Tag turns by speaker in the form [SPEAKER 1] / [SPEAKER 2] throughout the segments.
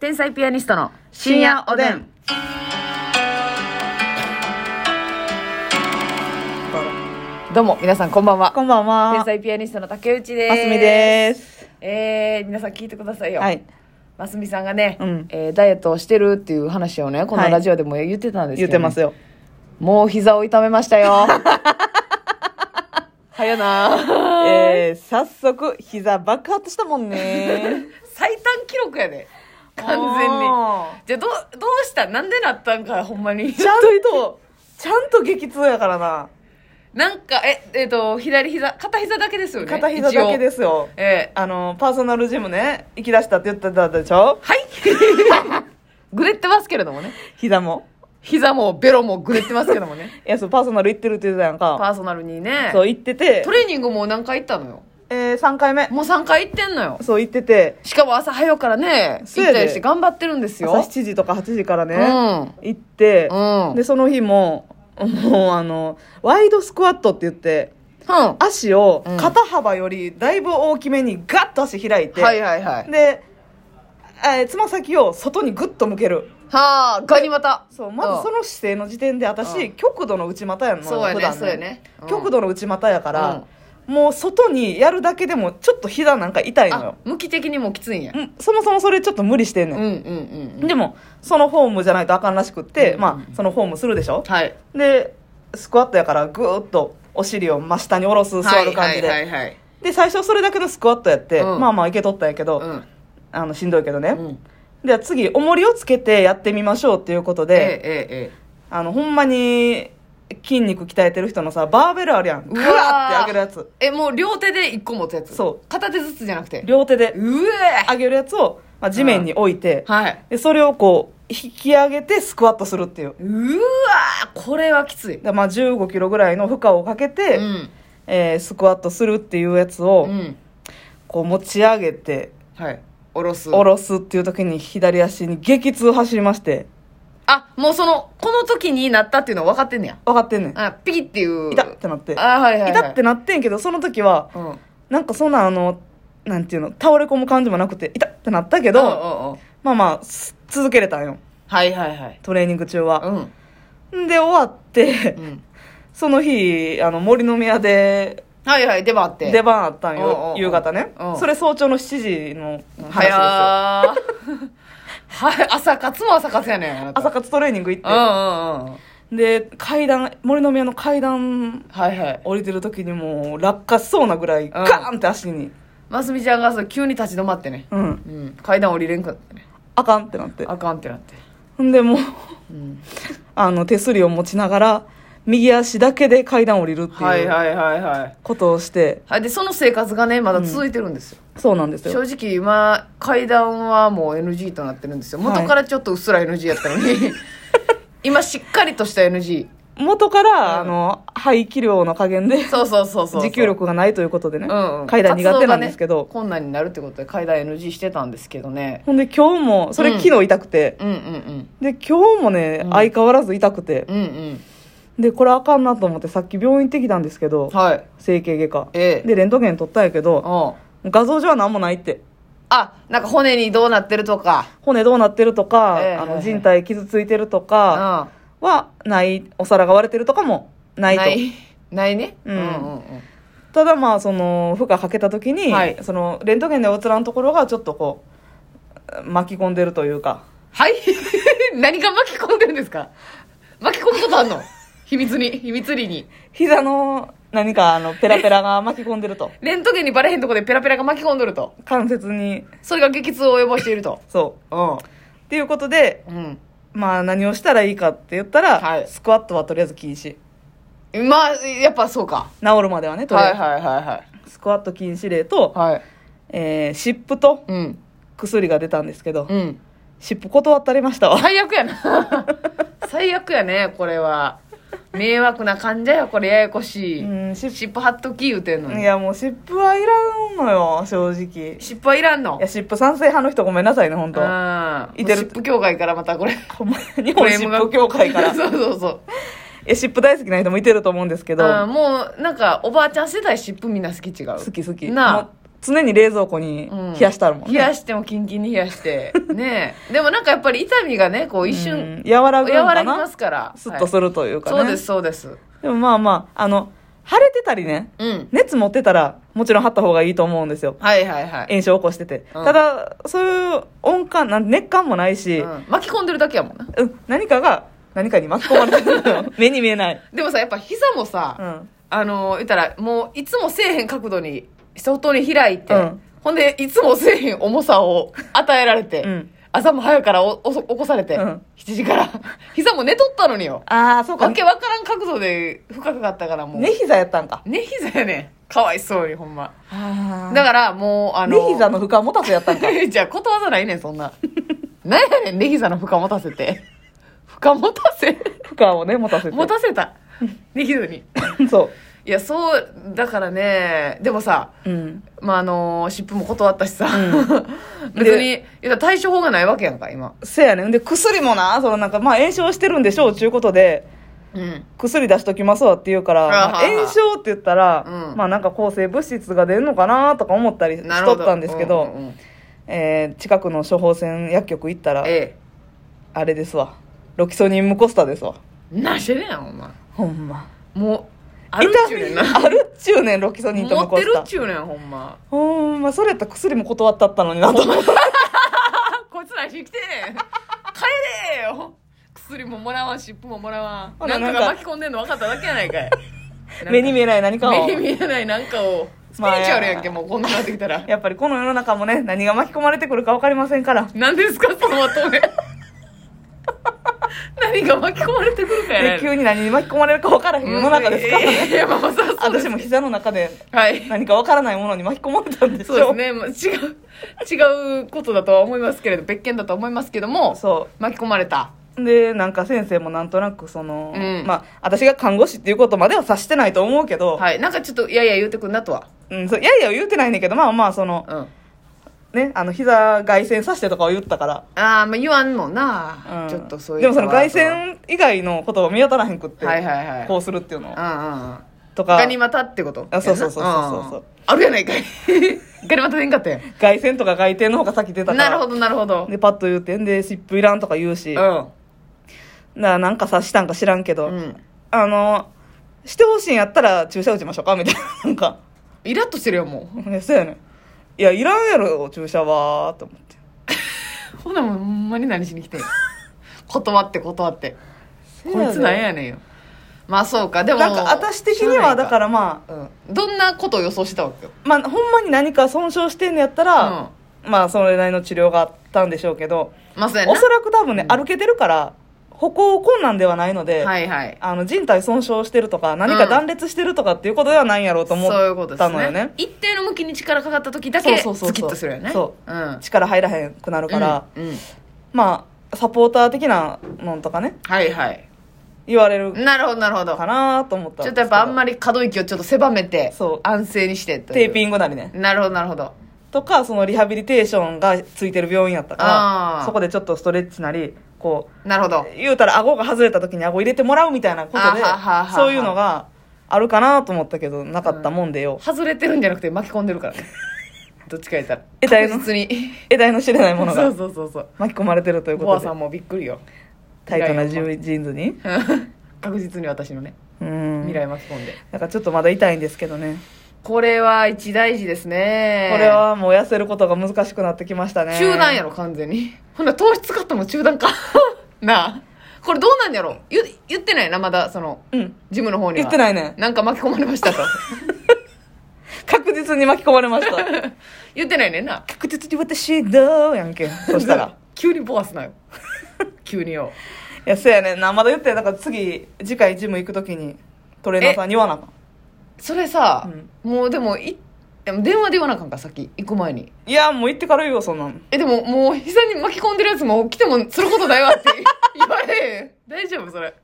[SPEAKER 1] 天才ピアニストの
[SPEAKER 2] 深夜おでん。
[SPEAKER 1] どうも、皆さんこんばんは。
[SPEAKER 2] こんばんは。
[SPEAKER 1] 天才ピアニストの竹内です。
[SPEAKER 2] あすみです。
[SPEAKER 1] えー、皆さん聞いてくださいよ。
[SPEAKER 2] はい。
[SPEAKER 1] ますみさんがね、
[SPEAKER 2] うん
[SPEAKER 1] えーダイエットをしてるっていう話をね、この
[SPEAKER 2] はい
[SPEAKER 1] ラジオでも言ってたんですけ
[SPEAKER 2] 言
[SPEAKER 1] ど、
[SPEAKER 2] ってます
[SPEAKER 1] よ。
[SPEAKER 2] よ。
[SPEAKER 1] もう膝を痛めました よ。はよな
[SPEAKER 2] えー、早速、膝爆発したもんね。
[SPEAKER 1] 最短記録やで。 完全に。
[SPEAKER 2] あ
[SPEAKER 1] じゃあ、どう、どうしたなんでなったんか、ほんまに
[SPEAKER 2] ー。ちゃんと、ちゃんと激痛やからな。
[SPEAKER 1] なんか、え、えっ、と、左膝、片膝だけですよね。。
[SPEAKER 2] 片膝だけですすよ。
[SPEAKER 1] え
[SPEAKER 2] あの、パーソナルジムね、行き出したって言ってたでしょ
[SPEAKER 1] ー、はい ぐれってますけれどもね。
[SPEAKER 2] 膝も。
[SPEAKER 1] 膝もベロもぐれってますけども ね。
[SPEAKER 2] いや、そう、パーソナル行ってるって言ってたやんか。
[SPEAKER 1] パーソナルにね。
[SPEAKER 2] そう、行ってて
[SPEAKER 1] ト、レーニングもう何回行ったのよ。
[SPEAKER 2] えー、3回目。
[SPEAKER 1] もう3回行ってんのよ。
[SPEAKER 2] そう、行ってて、
[SPEAKER 1] しかも朝早うからね、
[SPEAKER 2] そ
[SPEAKER 1] 行っ
[SPEAKER 2] うやで
[SPEAKER 1] たりして頑張ってるんです
[SPEAKER 2] 朝
[SPEAKER 1] よ。
[SPEAKER 2] 7時とか8時から
[SPEAKER 1] う
[SPEAKER 2] ね、
[SPEAKER 1] ん。
[SPEAKER 2] 行って、
[SPEAKER 1] うん。
[SPEAKER 2] で、その日も、もうあの、ワイドスクワットって言って、
[SPEAKER 1] うん。
[SPEAKER 2] 足を肩幅よりだいぶ大きめにガッと足開いて、
[SPEAKER 1] はいはいはい。
[SPEAKER 2] で、えーつま先を外にグッと向ける
[SPEAKER 1] はあ、ガニ股。
[SPEAKER 2] そうまずそ
[SPEAKER 1] の、
[SPEAKER 2] の姿勢の時点で私、
[SPEAKER 1] うん
[SPEAKER 2] 極度の内股やんの
[SPEAKER 1] そうやね
[SPEAKER 2] 普段
[SPEAKER 1] そうやねうん
[SPEAKER 2] 極度の内股やから、もう外にやるだけでもちょっと膝なんか痛いの
[SPEAKER 1] あ
[SPEAKER 2] よ、
[SPEAKER 1] 向き的にもきついんや
[SPEAKER 2] う。ん、そもそもそれちょっと無理してん
[SPEAKER 1] う
[SPEAKER 2] ね
[SPEAKER 1] ん
[SPEAKER 2] ん
[SPEAKER 1] うん、うんうん。
[SPEAKER 2] でもそのフォームじゃないとあかんらしくって、
[SPEAKER 1] うん
[SPEAKER 2] まあそのフォームするでしょ、
[SPEAKER 1] はい。
[SPEAKER 2] でスクワットやからぐーっとお尻を真下に下ろす座る感じで、
[SPEAKER 1] はいはいはいはい。
[SPEAKER 2] で最初それだけのスクワットやって、
[SPEAKER 1] うん
[SPEAKER 2] まあまあいけとったんやけど、
[SPEAKER 1] うん。
[SPEAKER 2] あのしんどいけどね、
[SPEAKER 1] うん
[SPEAKER 2] では次重りをつけてやってみましょうっていうこと
[SPEAKER 1] ええ
[SPEAKER 2] で、
[SPEAKER 1] えええ
[SPEAKER 2] あのほんまに筋肉鍛えてる人のさバーベルあるやん
[SPEAKER 1] う
[SPEAKER 2] グ
[SPEAKER 1] わ
[SPEAKER 2] ワ
[SPEAKER 1] ー
[SPEAKER 2] ーって上げるやつ
[SPEAKER 1] え。え、もう両手で一個持つやつ。。
[SPEAKER 2] そう
[SPEAKER 1] 片手ずつじゃなくて。
[SPEAKER 2] 両手で
[SPEAKER 1] うえ
[SPEAKER 2] 上げるやつを、まあ、地面に置いて、
[SPEAKER 1] はい。
[SPEAKER 2] でそれをこう引き上げてスクワットするっていう
[SPEAKER 1] うわこれはきつい。
[SPEAKER 2] で、まあ、1 5キロぐらいの負荷をかけて、
[SPEAKER 1] うん。
[SPEAKER 2] えースクワットするっていうやつ
[SPEAKER 1] う
[SPEAKER 2] を、
[SPEAKER 1] ん。
[SPEAKER 2] こう持ち上げて
[SPEAKER 1] はい。おろす。
[SPEAKER 2] 下ろすっていう時に左足に激痛走りまして
[SPEAKER 1] あ、もうその、この時になったっていうのは分かってんねや。
[SPEAKER 2] 分かってんねん
[SPEAKER 1] あ、ピキっていう。
[SPEAKER 2] 痛ってなって
[SPEAKER 1] あ、はいはい、はい。
[SPEAKER 2] 痛ってなってんけどその時は
[SPEAKER 1] うん。うん
[SPEAKER 2] なんかそんなあの、なんていうの、倒れ込む感じもなくて、痛ってなったけど、
[SPEAKER 1] うんうん
[SPEAKER 2] まあまあ、す続けれたんよ。
[SPEAKER 1] はいはいはい。
[SPEAKER 2] トレーニング中
[SPEAKER 1] う
[SPEAKER 2] は。
[SPEAKER 1] ん。
[SPEAKER 2] で、終わって
[SPEAKER 1] う、ん。
[SPEAKER 2] その日、あの、森の宮で
[SPEAKER 1] はいはい、でもあって。
[SPEAKER 2] 出番あったん
[SPEAKER 1] おうおうお
[SPEAKER 2] よ
[SPEAKER 1] う、
[SPEAKER 2] 夕方ね
[SPEAKER 1] う。ん
[SPEAKER 2] それ早朝の7時の話ですよ。
[SPEAKER 1] 早ー はい、朝活も朝活やねん。あなた
[SPEAKER 2] 朝活トレーニング行っ
[SPEAKER 1] うんうんうん。
[SPEAKER 2] て、で、階段、森の宮の階段
[SPEAKER 1] はいはい。
[SPEAKER 2] 降りてる時にもう落下しそうなぐらい、ガーンって足に、
[SPEAKER 1] ますみちゃんがそう急に立ち止まってね。
[SPEAKER 2] うん、
[SPEAKER 1] うん。階段降りれんかったね。
[SPEAKER 2] あかんってなって。
[SPEAKER 1] あかんってなって。
[SPEAKER 2] んで、もう、
[SPEAKER 1] うん。
[SPEAKER 2] あの、手すりを持ちながら、右足だけで階段降りるって
[SPEAKER 1] はい
[SPEAKER 2] いう
[SPEAKER 1] はいはいはい。
[SPEAKER 2] ことをして、
[SPEAKER 1] はい、で、その生活がね、まだ続いてるんですよ。
[SPEAKER 2] そうなんですよ。
[SPEAKER 1] 正直、今、階段はもう NG となってるんですよ。
[SPEAKER 2] はい
[SPEAKER 1] 元からちょっとうっすら NG やったの に、今しっかりとした NG。
[SPEAKER 2] 元から、
[SPEAKER 1] う
[SPEAKER 2] あ
[SPEAKER 1] ん
[SPEAKER 2] の、排気量の加減で、
[SPEAKER 1] そうそうそうそう。
[SPEAKER 2] 持久。力がないということでね、
[SPEAKER 1] うん、うん。
[SPEAKER 2] 階段苦手なんですけ
[SPEAKER 1] 活動がね
[SPEAKER 2] ど、
[SPEAKER 1] 困難になるってことで階段 NG してたんですけどね。
[SPEAKER 2] ほんで今日も、それ
[SPEAKER 1] うん
[SPEAKER 2] 昨日痛くて、
[SPEAKER 1] うんうんうん。
[SPEAKER 2] で、今日もね、
[SPEAKER 1] うん
[SPEAKER 2] 相変わらず痛くて、
[SPEAKER 1] うんうん。
[SPEAKER 2] で、これあかんなと思って、さっき病院行ってきたんですけど、
[SPEAKER 1] はい。
[SPEAKER 2] 整形外科。
[SPEAKER 1] ええ。
[SPEAKER 2] で、レントゲン撮ったんやけど、
[SPEAKER 1] うん。
[SPEAKER 2] 画像上は何もないって。
[SPEAKER 1] あ、なんか骨にどうなってるとか。
[SPEAKER 2] 骨どうなってるとか、
[SPEAKER 1] ええ
[SPEAKER 2] あ
[SPEAKER 1] え
[SPEAKER 2] の、
[SPEAKER 1] え
[SPEAKER 2] 人体傷ついてると
[SPEAKER 1] う
[SPEAKER 2] か
[SPEAKER 1] ん。
[SPEAKER 2] はない、お皿が割れてるとかもないと。
[SPEAKER 1] ない。ないね。
[SPEAKER 2] うん
[SPEAKER 1] うん。
[SPEAKER 2] ただまあその負荷かけた時に、
[SPEAKER 1] はい
[SPEAKER 2] そのレントゲンで映らんところがちょっとこう巻き込んでるというか
[SPEAKER 1] はい 何が巻き込んでるんですか巻き込むことあんの秘密に、秘密裏に。
[SPEAKER 2] 膝の何かあのペラペラが巻き込んでると
[SPEAKER 1] レントゲンにバレへんとこでペラペラが巻き込んどると。
[SPEAKER 2] 関節に
[SPEAKER 1] それが激痛を及ぼしていると。
[SPEAKER 2] そううっていうことで
[SPEAKER 1] ん。
[SPEAKER 2] まあ何をしたらいいかって言ったら、
[SPEAKER 1] はい
[SPEAKER 2] スクワットはとりあえず禁止
[SPEAKER 1] うん。まあ、やっぱそうか。
[SPEAKER 2] 治るまではねとりあえず、
[SPEAKER 1] はいは
[SPEAKER 2] スクワット禁止令と、
[SPEAKER 1] い。はい。
[SPEAKER 2] えー、湿布と
[SPEAKER 1] うん。
[SPEAKER 2] 薬が出たんですけど、
[SPEAKER 1] うん。
[SPEAKER 2] 湿布断ったれましたわ
[SPEAKER 1] 最悪や な。最悪やね、これは。迷惑な患者や、これややこしい。
[SPEAKER 2] うん湿
[SPEAKER 1] 尻尾貼っとき言うてんの
[SPEAKER 2] 布い
[SPEAKER 1] に。
[SPEAKER 2] やもう湿布はいらんのよ正直
[SPEAKER 1] 尻尾はいらんの
[SPEAKER 2] いや、。湿布賛成派の人ごめんなさいね、本当
[SPEAKER 1] うん。
[SPEAKER 2] いてる
[SPEAKER 1] シップ協会からまたこれ。
[SPEAKER 2] ほんま日本湿布協会 から。
[SPEAKER 1] そうそうそう。
[SPEAKER 2] え、湿布大好きな人もいてると思うんですけ
[SPEAKER 1] うん
[SPEAKER 2] ど、
[SPEAKER 1] もう、なんか、おばあちゃん世代シップみんな好き違う。
[SPEAKER 2] 好き好き。
[SPEAKER 1] なあ
[SPEAKER 2] もう常に冷蔵庫に
[SPEAKER 1] うん
[SPEAKER 2] 冷やしたるもんね、
[SPEAKER 1] 冷やしてもキンキンに冷や して。ねえ。でもなんかやっぱり痛みがね、こう一瞬、
[SPEAKER 2] うん和らぐん
[SPEAKER 1] 和
[SPEAKER 2] からな
[SPEAKER 1] ぎますから。
[SPEAKER 2] スッとするとい
[SPEAKER 1] は
[SPEAKER 2] う
[SPEAKER 1] い
[SPEAKER 2] かね、
[SPEAKER 1] そうです、そうです。
[SPEAKER 2] でもまあまああの腫れてたりね
[SPEAKER 1] うん。
[SPEAKER 2] 熱持ってたらもちろん貼った方がいいと思うんですよ
[SPEAKER 1] はいはいはい。
[SPEAKER 2] 炎症起こしてて、
[SPEAKER 1] うん
[SPEAKER 2] ただそういう温感なん熱感もないし、
[SPEAKER 1] うん巻き込んでるだけやもんな。
[SPEAKER 2] うん何かが何かに巻き込まれてるの よ目に見えない、
[SPEAKER 1] でもさ、やっぱ膝もさ、
[SPEAKER 2] うん、
[SPEAKER 1] あのー、言ったら、もういつもせえへん角度に、相当に開いて、
[SPEAKER 2] うん
[SPEAKER 1] ほんで、いつもせえへん重さを与えられて、
[SPEAKER 2] うん
[SPEAKER 1] 朝も早いからおおそ起こされて、
[SPEAKER 2] うん
[SPEAKER 1] 7時から、 膝も寝とったのによ。
[SPEAKER 2] ああそうか
[SPEAKER 1] わけわからん角度で深かったからもう。
[SPEAKER 2] 寝膝やったんか
[SPEAKER 1] 寝膝やねん。かわいそうに、ほんま。
[SPEAKER 2] あ
[SPEAKER 1] だから、もう、あのー、
[SPEAKER 2] 寝膝の負荷持たせやったんか
[SPEAKER 1] じゃあ、ことわざないねん、そんな。 なんやねん、寝膝の負荷持たせて。負荷持た せ
[SPEAKER 2] 負荷をね持たせて
[SPEAKER 1] 持たせた。寝膝に。
[SPEAKER 2] そ
[SPEAKER 1] いや、そう、だからね、でもさ、
[SPEAKER 2] ううん
[SPEAKER 1] まあ、あのー、湿布も断ったしさ、 別
[SPEAKER 2] で
[SPEAKER 1] に、いや対処法がないわけやんか、今。
[SPEAKER 2] せやねんで薬もなそのなんかまあ炎症してるんでしょうちゅうことで
[SPEAKER 1] うん。
[SPEAKER 2] 薬出しときますわって言うから、
[SPEAKER 1] はあ
[SPEAKER 2] まあ
[SPEAKER 1] はあはあ
[SPEAKER 2] 炎症って言ったら、
[SPEAKER 1] うん
[SPEAKER 2] まあなんか抗生物質が出るのかなとか思ったりし
[SPEAKER 1] なるほ
[SPEAKER 2] とっ
[SPEAKER 1] ど。
[SPEAKER 2] たんですけど、
[SPEAKER 1] うんうんうん
[SPEAKER 2] えー近くの処方箋薬局行ったら、
[SPEAKER 1] え
[SPEAKER 2] あれですわロキソニンムコスタですわ
[SPEAKER 1] え。なしてねやん、お前。
[SPEAKER 2] ほんま
[SPEAKER 1] もう、あるっちゅうねんな。
[SPEAKER 2] 痛みあるっちゅうねんロキソニンと
[SPEAKER 1] 持
[SPEAKER 2] ム
[SPEAKER 1] っ
[SPEAKER 2] コ
[SPEAKER 1] て
[SPEAKER 2] ス
[SPEAKER 1] る
[SPEAKER 2] タ
[SPEAKER 1] っちゅうねん、ほんま。
[SPEAKER 2] ほんまそれやったら薬も断ったったのになと思って
[SPEAKER 1] あ、こいつらしに来てねん。帰れよ。薬ももらわん、湿布ももらわ
[SPEAKER 2] ほ
[SPEAKER 1] ん。
[SPEAKER 2] な
[SPEAKER 1] なんか
[SPEAKER 2] なん
[SPEAKER 1] が
[SPEAKER 2] か
[SPEAKER 1] 巻き込んでんの分かっただけやないかい。
[SPEAKER 2] 目に見
[SPEAKER 1] え
[SPEAKER 2] えない何かを
[SPEAKER 1] 目に見えないなんかを。スピリチュアルやんけ、もうこんなになってきたら。
[SPEAKER 2] やっぱりこの世の中もね何が巻き込まれてくるか分かりませんから
[SPEAKER 1] 何ですかそのまとめ何が巻き込まれてくるかやな
[SPEAKER 2] で
[SPEAKER 1] い
[SPEAKER 2] 急に何に巻き込まれるか分からへん世の中ですから、
[SPEAKER 1] うんいやまあまあそうそうです
[SPEAKER 2] 私も膝の中で
[SPEAKER 1] はい
[SPEAKER 2] 何か分からないものに巻き込まれたんでし
[SPEAKER 1] そ
[SPEAKER 2] ょ
[SPEAKER 1] うですねまあ違う違うことだとは思いますけれど別件だとは思いますけども
[SPEAKER 2] そ
[SPEAKER 1] 巻き込まれた
[SPEAKER 2] うでなんか先生もなんとなくその、
[SPEAKER 1] うん
[SPEAKER 2] まあ私が看護師っていうことまでは察してないと思うけど、
[SPEAKER 1] はいなんかちょっといやいや言うてくんなとは
[SPEAKER 2] うん、そういやいや言うてないねんだけどまあまあその
[SPEAKER 1] うんあ
[SPEAKER 2] ねあの膝外旋さしてとかを言ったから、
[SPEAKER 1] あーまあ言わんもんな、
[SPEAKER 2] うん
[SPEAKER 1] ちょっとそういう
[SPEAKER 2] でもその
[SPEAKER 1] ワ
[SPEAKER 2] 外
[SPEAKER 1] ードは
[SPEAKER 2] 旋以外のことを見当たらへんくって、
[SPEAKER 1] はいはいはい
[SPEAKER 2] こうするっていうのを
[SPEAKER 1] うんうんうん
[SPEAKER 2] とか
[SPEAKER 1] ガニ股ってこと
[SPEAKER 2] あそうそうそうそうそう
[SPEAKER 1] うんあるやないか いガニ股でんかったやん
[SPEAKER 2] 外旋とか外転の方が先出たから
[SPEAKER 1] なるほどなるほど
[SPEAKER 2] でパッと言うてんで湿布いらんとか言うし、ななんか察したんか知らんけど、
[SPEAKER 1] うん、うん、
[SPEAKER 2] あのしてほしいんやったら注射打ちましょうかみたいななんか
[SPEAKER 1] イラッとしてるよもう
[SPEAKER 2] いやそうやねんいやいらんやろ注射はと思って
[SPEAKER 1] ほなもうほんまに何し に来てん断って断って
[SPEAKER 2] う
[SPEAKER 1] こ
[SPEAKER 2] やで
[SPEAKER 1] いつなんやねんよまあそうかでも
[SPEAKER 2] なんか私的にはだかららまあ、
[SPEAKER 1] どんなことを予想してたわけよ
[SPEAKER 2] まあ、ほんまに何か損傷してんのやったら、まあそれなりの治療があったんでしょうけど
[SPEAKER 1] まあそうやな
[SPEAKER 2] おそらく多分ね、歩けてるから歩行困難ではないので、
[SPEAKER 1] はいはい
[SPEAKER 2] あの人体損傷してるとか何か断裂してるとかっていうことではないんやろう
[SPEAKER 1] そ
[SPEAKER 2] と
[SPEAKER 1] う
[SPEAKER 2] 思っ
[SPEAKER 1] いうことで
[SPEAKER 2] た
[SPEAKER 1] す
[SPEAKER 2] のよ
[SPEAKER 1] ね
[SPEAKER 2] ね
[SPEAKER 1] 一定の向きに力かかった時だけ
[SPEAKER 2] そうそうそうそう
[SPEAKER 1] スキッとするよね
[SPEAKER 2] そ
[SPEAKER 1] うんだ
[SPEAKER 2] 力入らへんくなるから、
[SPEAKER 1] うんうん
[SPEAKER 2] まあサポーター的なのとかね
[SPEAKER 1] はいはい
[SPEAKER 2] 言われる
[SPEAKER 1] なるほどなるほど
[SPEAKER 2] かなと思った
[SPEAKER 1] ちょっとやっぱあんま
[SPEAKER 2] り
[SPEAKER 1] り可動域をちょっと狭めて
[SPEAKER 2] そう
[SPEAKER 1] 安静にしてという
[SPEAKER 2] テーピングなりね
[SPEAKER 1] なるほどなるほど
[SPEAKER 2] とかそのリハビリテーションがついてる病院やったか
[SPEAKER 1] あー
[SPEAKER 2] らそこでちょっとストレッチなりこ
[SPEAKER 1] なるほど
[SPEAKER 2] う言うたら顎が外れた時に顎入れてもらうみたいなこと
[SPEAKER 1] あは
[SPEAKER 2] で
[SPEAKER 1] ははは
[SPEAKER 2] そういうのがあるかなと思ったけどなかったもんでよ、
[SPEAKER 1] 外れてるんじゃなくて巻き込んでる からねどっちか言ったら
[SPEAKER 2] 得体の
[SPEAKER 1] 確実に
[SPEAKER 2] 得体の知れないもの
[SPEAKER 1] そ
[SPEAKER 2] が
[SPEAKER 1] うそうそうそう
[SPEAKER 2] 巻き込まれてるという
[SPEAKER 1] ボ
[SPEAKER 2] こ
[SPEAKER 1] ア
[SPEAKER 2] とで
[SPEAKER 1] さんもびっく りよ
[SPEAKER 2] タイトなジュジーンズに
[SPEAKER 1] 確実に私のね
[SPEAKER 2] うん
[SPEAKER 1] 未来巻き込んで、
[SPEAKER 2] なんかちょっとまだ痛いんですけどね、
[SPEAKER 1] これは一大事ですね
[SPEAKER 2] これはもう痩せることが難しくなってきましたね
[SPEAKER 1] 中断やろ完全に ほな糖質カットも中断か なあこれどうなんやろ言言ってないなまだその
[SPEAKER 2] うん
[SPEAKER 1] ジムの方には
[SPEAKER 2] 言ってないね
[SPEAKER 1] なんか巻き込まれま したと
[SPEAKER 2] 確実に巻き込まれました
[SPEAKER 1] 言ってないねんな
[SPEAKER 2] 確実に私 どうやんけそし たら
[SPEAKER 1] 急にボアす なよ急によ
[SPEAKER 2] いやそうやねんなまだ言ってないだから次次回ジム行く時にトレーナーさんに言わなあかん
[SPEAKER 1] それさ、
[SPEAKER 2] うん
[SPEAKER 1] もうでもいでも電話で言わなあかんかさっき行く前に
[SPEAKER 2] いやもう行ってから言うよそんなの
[SPEAKER 1] えでももう膝に巻き込んでるやつも来てもすることないわって言われへん大丈夫それ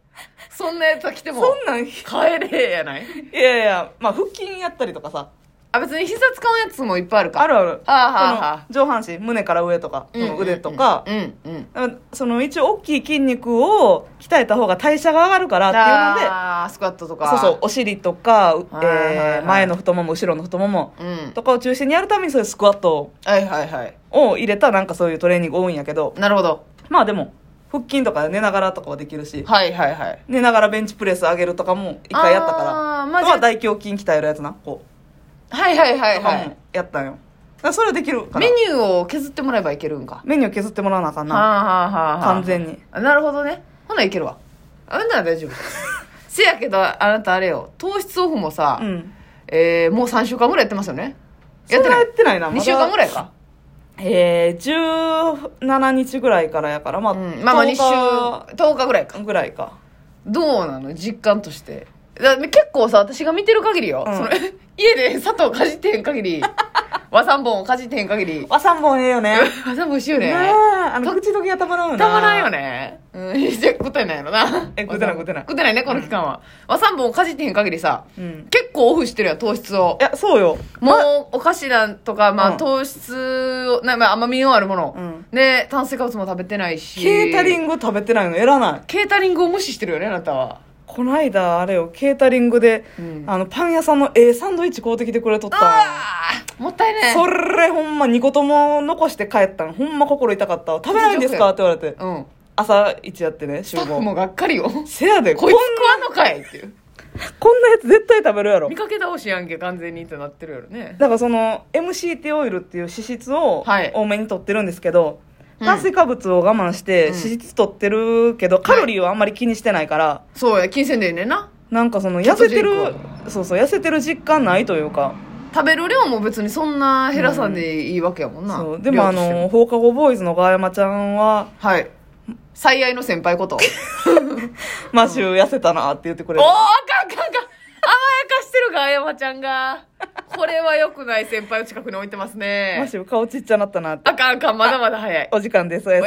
[SPEAKER 1] そんなやつは来ても
[SPEAKER 2] そんなんい
[SPEAKER 1] 帰れやない
[SPEAKER 2] やいやまあ腹筋やったりとかさ
[SPEAKER 1] あ別に膝使うやつもいっぱいあるか
[SPEAKER 2] あるある
[SPEAKER 1] あーはーは
[SPEAKER 2] その上半身胸から上とか、
[SPEAKER 1] ー
[SPEAKER 2] その腕とか
[SPEAKER 1] う、んうんうん
[SPEAKER 2] その一応大きい筋肉を鍛えた方が代謝が上がるからっていうので
[SPEAKER 1] あースクワットとか
[SPEAKER 2] そうそうお尻とか、う
[SPEAKER 1] はいはいはい
[SPEAKER 2] えー前の太もも後ろの太もも
[SPEAKER 1] うん
[SPEAKER 2] とかを中心にやるためにそういうスクワット
[SPEAKER 1] はいはいはい
[SPEAKER 2] を入れたなんかそういうトレーニング多いんやけど
[SPEAKER 1] なるほど
[SPEAKER 2] まあでも腹筋とか寝ながらとかはできるし
[SPEAKER 1] はいはいはい
[SPEAKER 2] 寝ながらベンチプレス上げるとかも一回やったから
[SPEAKER 1] あーま
[SPEAKER 2] ま
[SPEAKER 1] あ
[SPEAKER 2] あ
[SPEAKER 1] じゃあ
[SPEAKER 2] 大胸筋鍛えるやつなこう
[SPEAKER 1] はいはいはい
[SPEAKER 2] とか
[SPEAKER 1] は
[SPEAKER 2] も
[SPEAKER 1] い
[SPEAKER 2] やったんよだからそれはできるから
[SPEAKER 1] メニューを削ってもらえばいけるんか
[SPEAKER 2] メニュー削ってもらわなあかん
[SPEAKER 1] は
[SPEAKER 2] な
[SPEAKER 1] あはあはあはあ
[SPEAKER 2] 完全に
[SPEAKER 1] あなるほどねほないけるわあんなら大 丈夫せやけどあなたあれよ糖質オフもさ、
[SPEAKER 2] うん
[SPEAKER 1] えーもう3週間ぐらいやってますよねや
[SPEAKER 2] や
[SPEAKER 1] っ
[SPEAKER 2] っ
[SPEAKER 1] な
[SPEAKER 2] ててないいやってないな
[SPEAKER 1] 2週間ぐらい
[SPEAKER 2] まだ
[SPEAKER 1] か
[SPEAKER 2] えー、17日ぐらいからやからまあ、
[SPEAKER 1] うんまあまあ2週
[SPEAKER 2] 10
[SPEAKER 1] 10日ぐらいか
[SPEAKER 2] 日ぐらいか
[SPEAKER 1] どうなの実感としてだ結構さ私が見てる限りよ、
[SPEAKER 2] うん
[SPEAKER 1] その 家で砂糖かじってへん限 り和三本をかじってへん限り
[SPEAKER 2] 和三本ええよね
[SPEAKER 1] 和三本しよう
[SPEAKER 2] ね え
[SPEAKER 1] ね
[SPEAKER 2] あの口どけがたまらんよな
[SPEAKER 1] たまらんよねうんじゃあ食ってないのな
[SPEAKER 2] え食ってない食ってない
[SPEAKER 1] 食ってないねこの期間は、和三本をかじってへん限りさ
[SPEAKER 2] うん
[SPEAKER 1] 結構オフしてるやん糖質を
[SPEAKER 2] いやそうよ
[SPEAKER 1] もうお菓子なんとか、まあ
[SPEAKER 2] うん
[SPEAKER 1] 糖質をな、まあ、甘みのあるもの、
[SPEAKER 2] うん
[SPEAKER 1] で炭水化物も食べてないし
[SPEAKER 2] ケータリング食べてないの偉ない
[SPEAKER 1] ケータリングを無視してるよねあなたは
[SPEAKER 2] こないだあれよケータリングで、
[SPEAKER 1] うん
[SPEAKER 2] あのパン屋さんのええサンドイッチ買うてきてくれとったん
[SPEAKER 1] ああもったいね
[SPEAKER 2] それほんま2個とも残して帰ったんほんま心痛かったわ食べないんですかって言われて
[SPEAKER 1] うん
[SPEAKER 2] 朝一やってね
[SPEAKER 1] ス
[SPEAKER 2] 集
[SPEAKER 1] タッフ
[SPEAKER 2] 合
[SPEAKER 1] もがっかりよ
[SPEAKER 2] せやでこ
[SPEAKER 1] こ
[SPEAKER 2] ん
[SPEAKER 1] いつ食わんのかいっていう
[SPEAKER 2] こんなやつ絶対食べるやろ
[SPEAKER 1] 見かけ倒しやんけ完全にってなってるやろね
[SPEAKER 2] だからその MCT オイルっていう脂質を
[SPEAKER 1] はい
[SPEAKER 2] 多めに取ってるんですけど、
[SPEAKER 1] うん
[SPEAKER 2] 炭水化物を我慢して
[SPEAKER 1] うん
[SPEAKER 2] 脂質取ってるけど、カロリーをあんまり気にしてないから、
[SPEAKER 1] そうや金銭でねんな
[SPEAKER 2] なんかその痩せてる
[SPEAKER 1] ちょっと
[SPEAKER 2] そうそう痩せてる実感ないというか、
[SPEAKER 1] 食べる量も別にそんな減らさんでいいわけやもんな、
[SPEAKER 2] そうでもあ
[SPEAKER 1] 量として
[SPEAKER 2] の放課後ボーイズのガヤマちゃんは
[SPEAKER 1] はい最愛の先輩こと おー
[SPEAKER 2] マシュー痩せたなって言ってくれ
[SPEAKER 1] あ
[SPEAKER 2] る、
[SPEAKER 1] かんあかんあかん甘やかしてるが山ちゃんがこれは良くない先輩を近くに置いてます
[SPEAKER 2] マ
[SPEAKER 1] ね
[SPEAKER 2] シュー顔ちっちゃなったなって
[SPEAKER 1] あかんあかんまだまだ早い
[SPEAKER 2] お時間ですおやすみなさい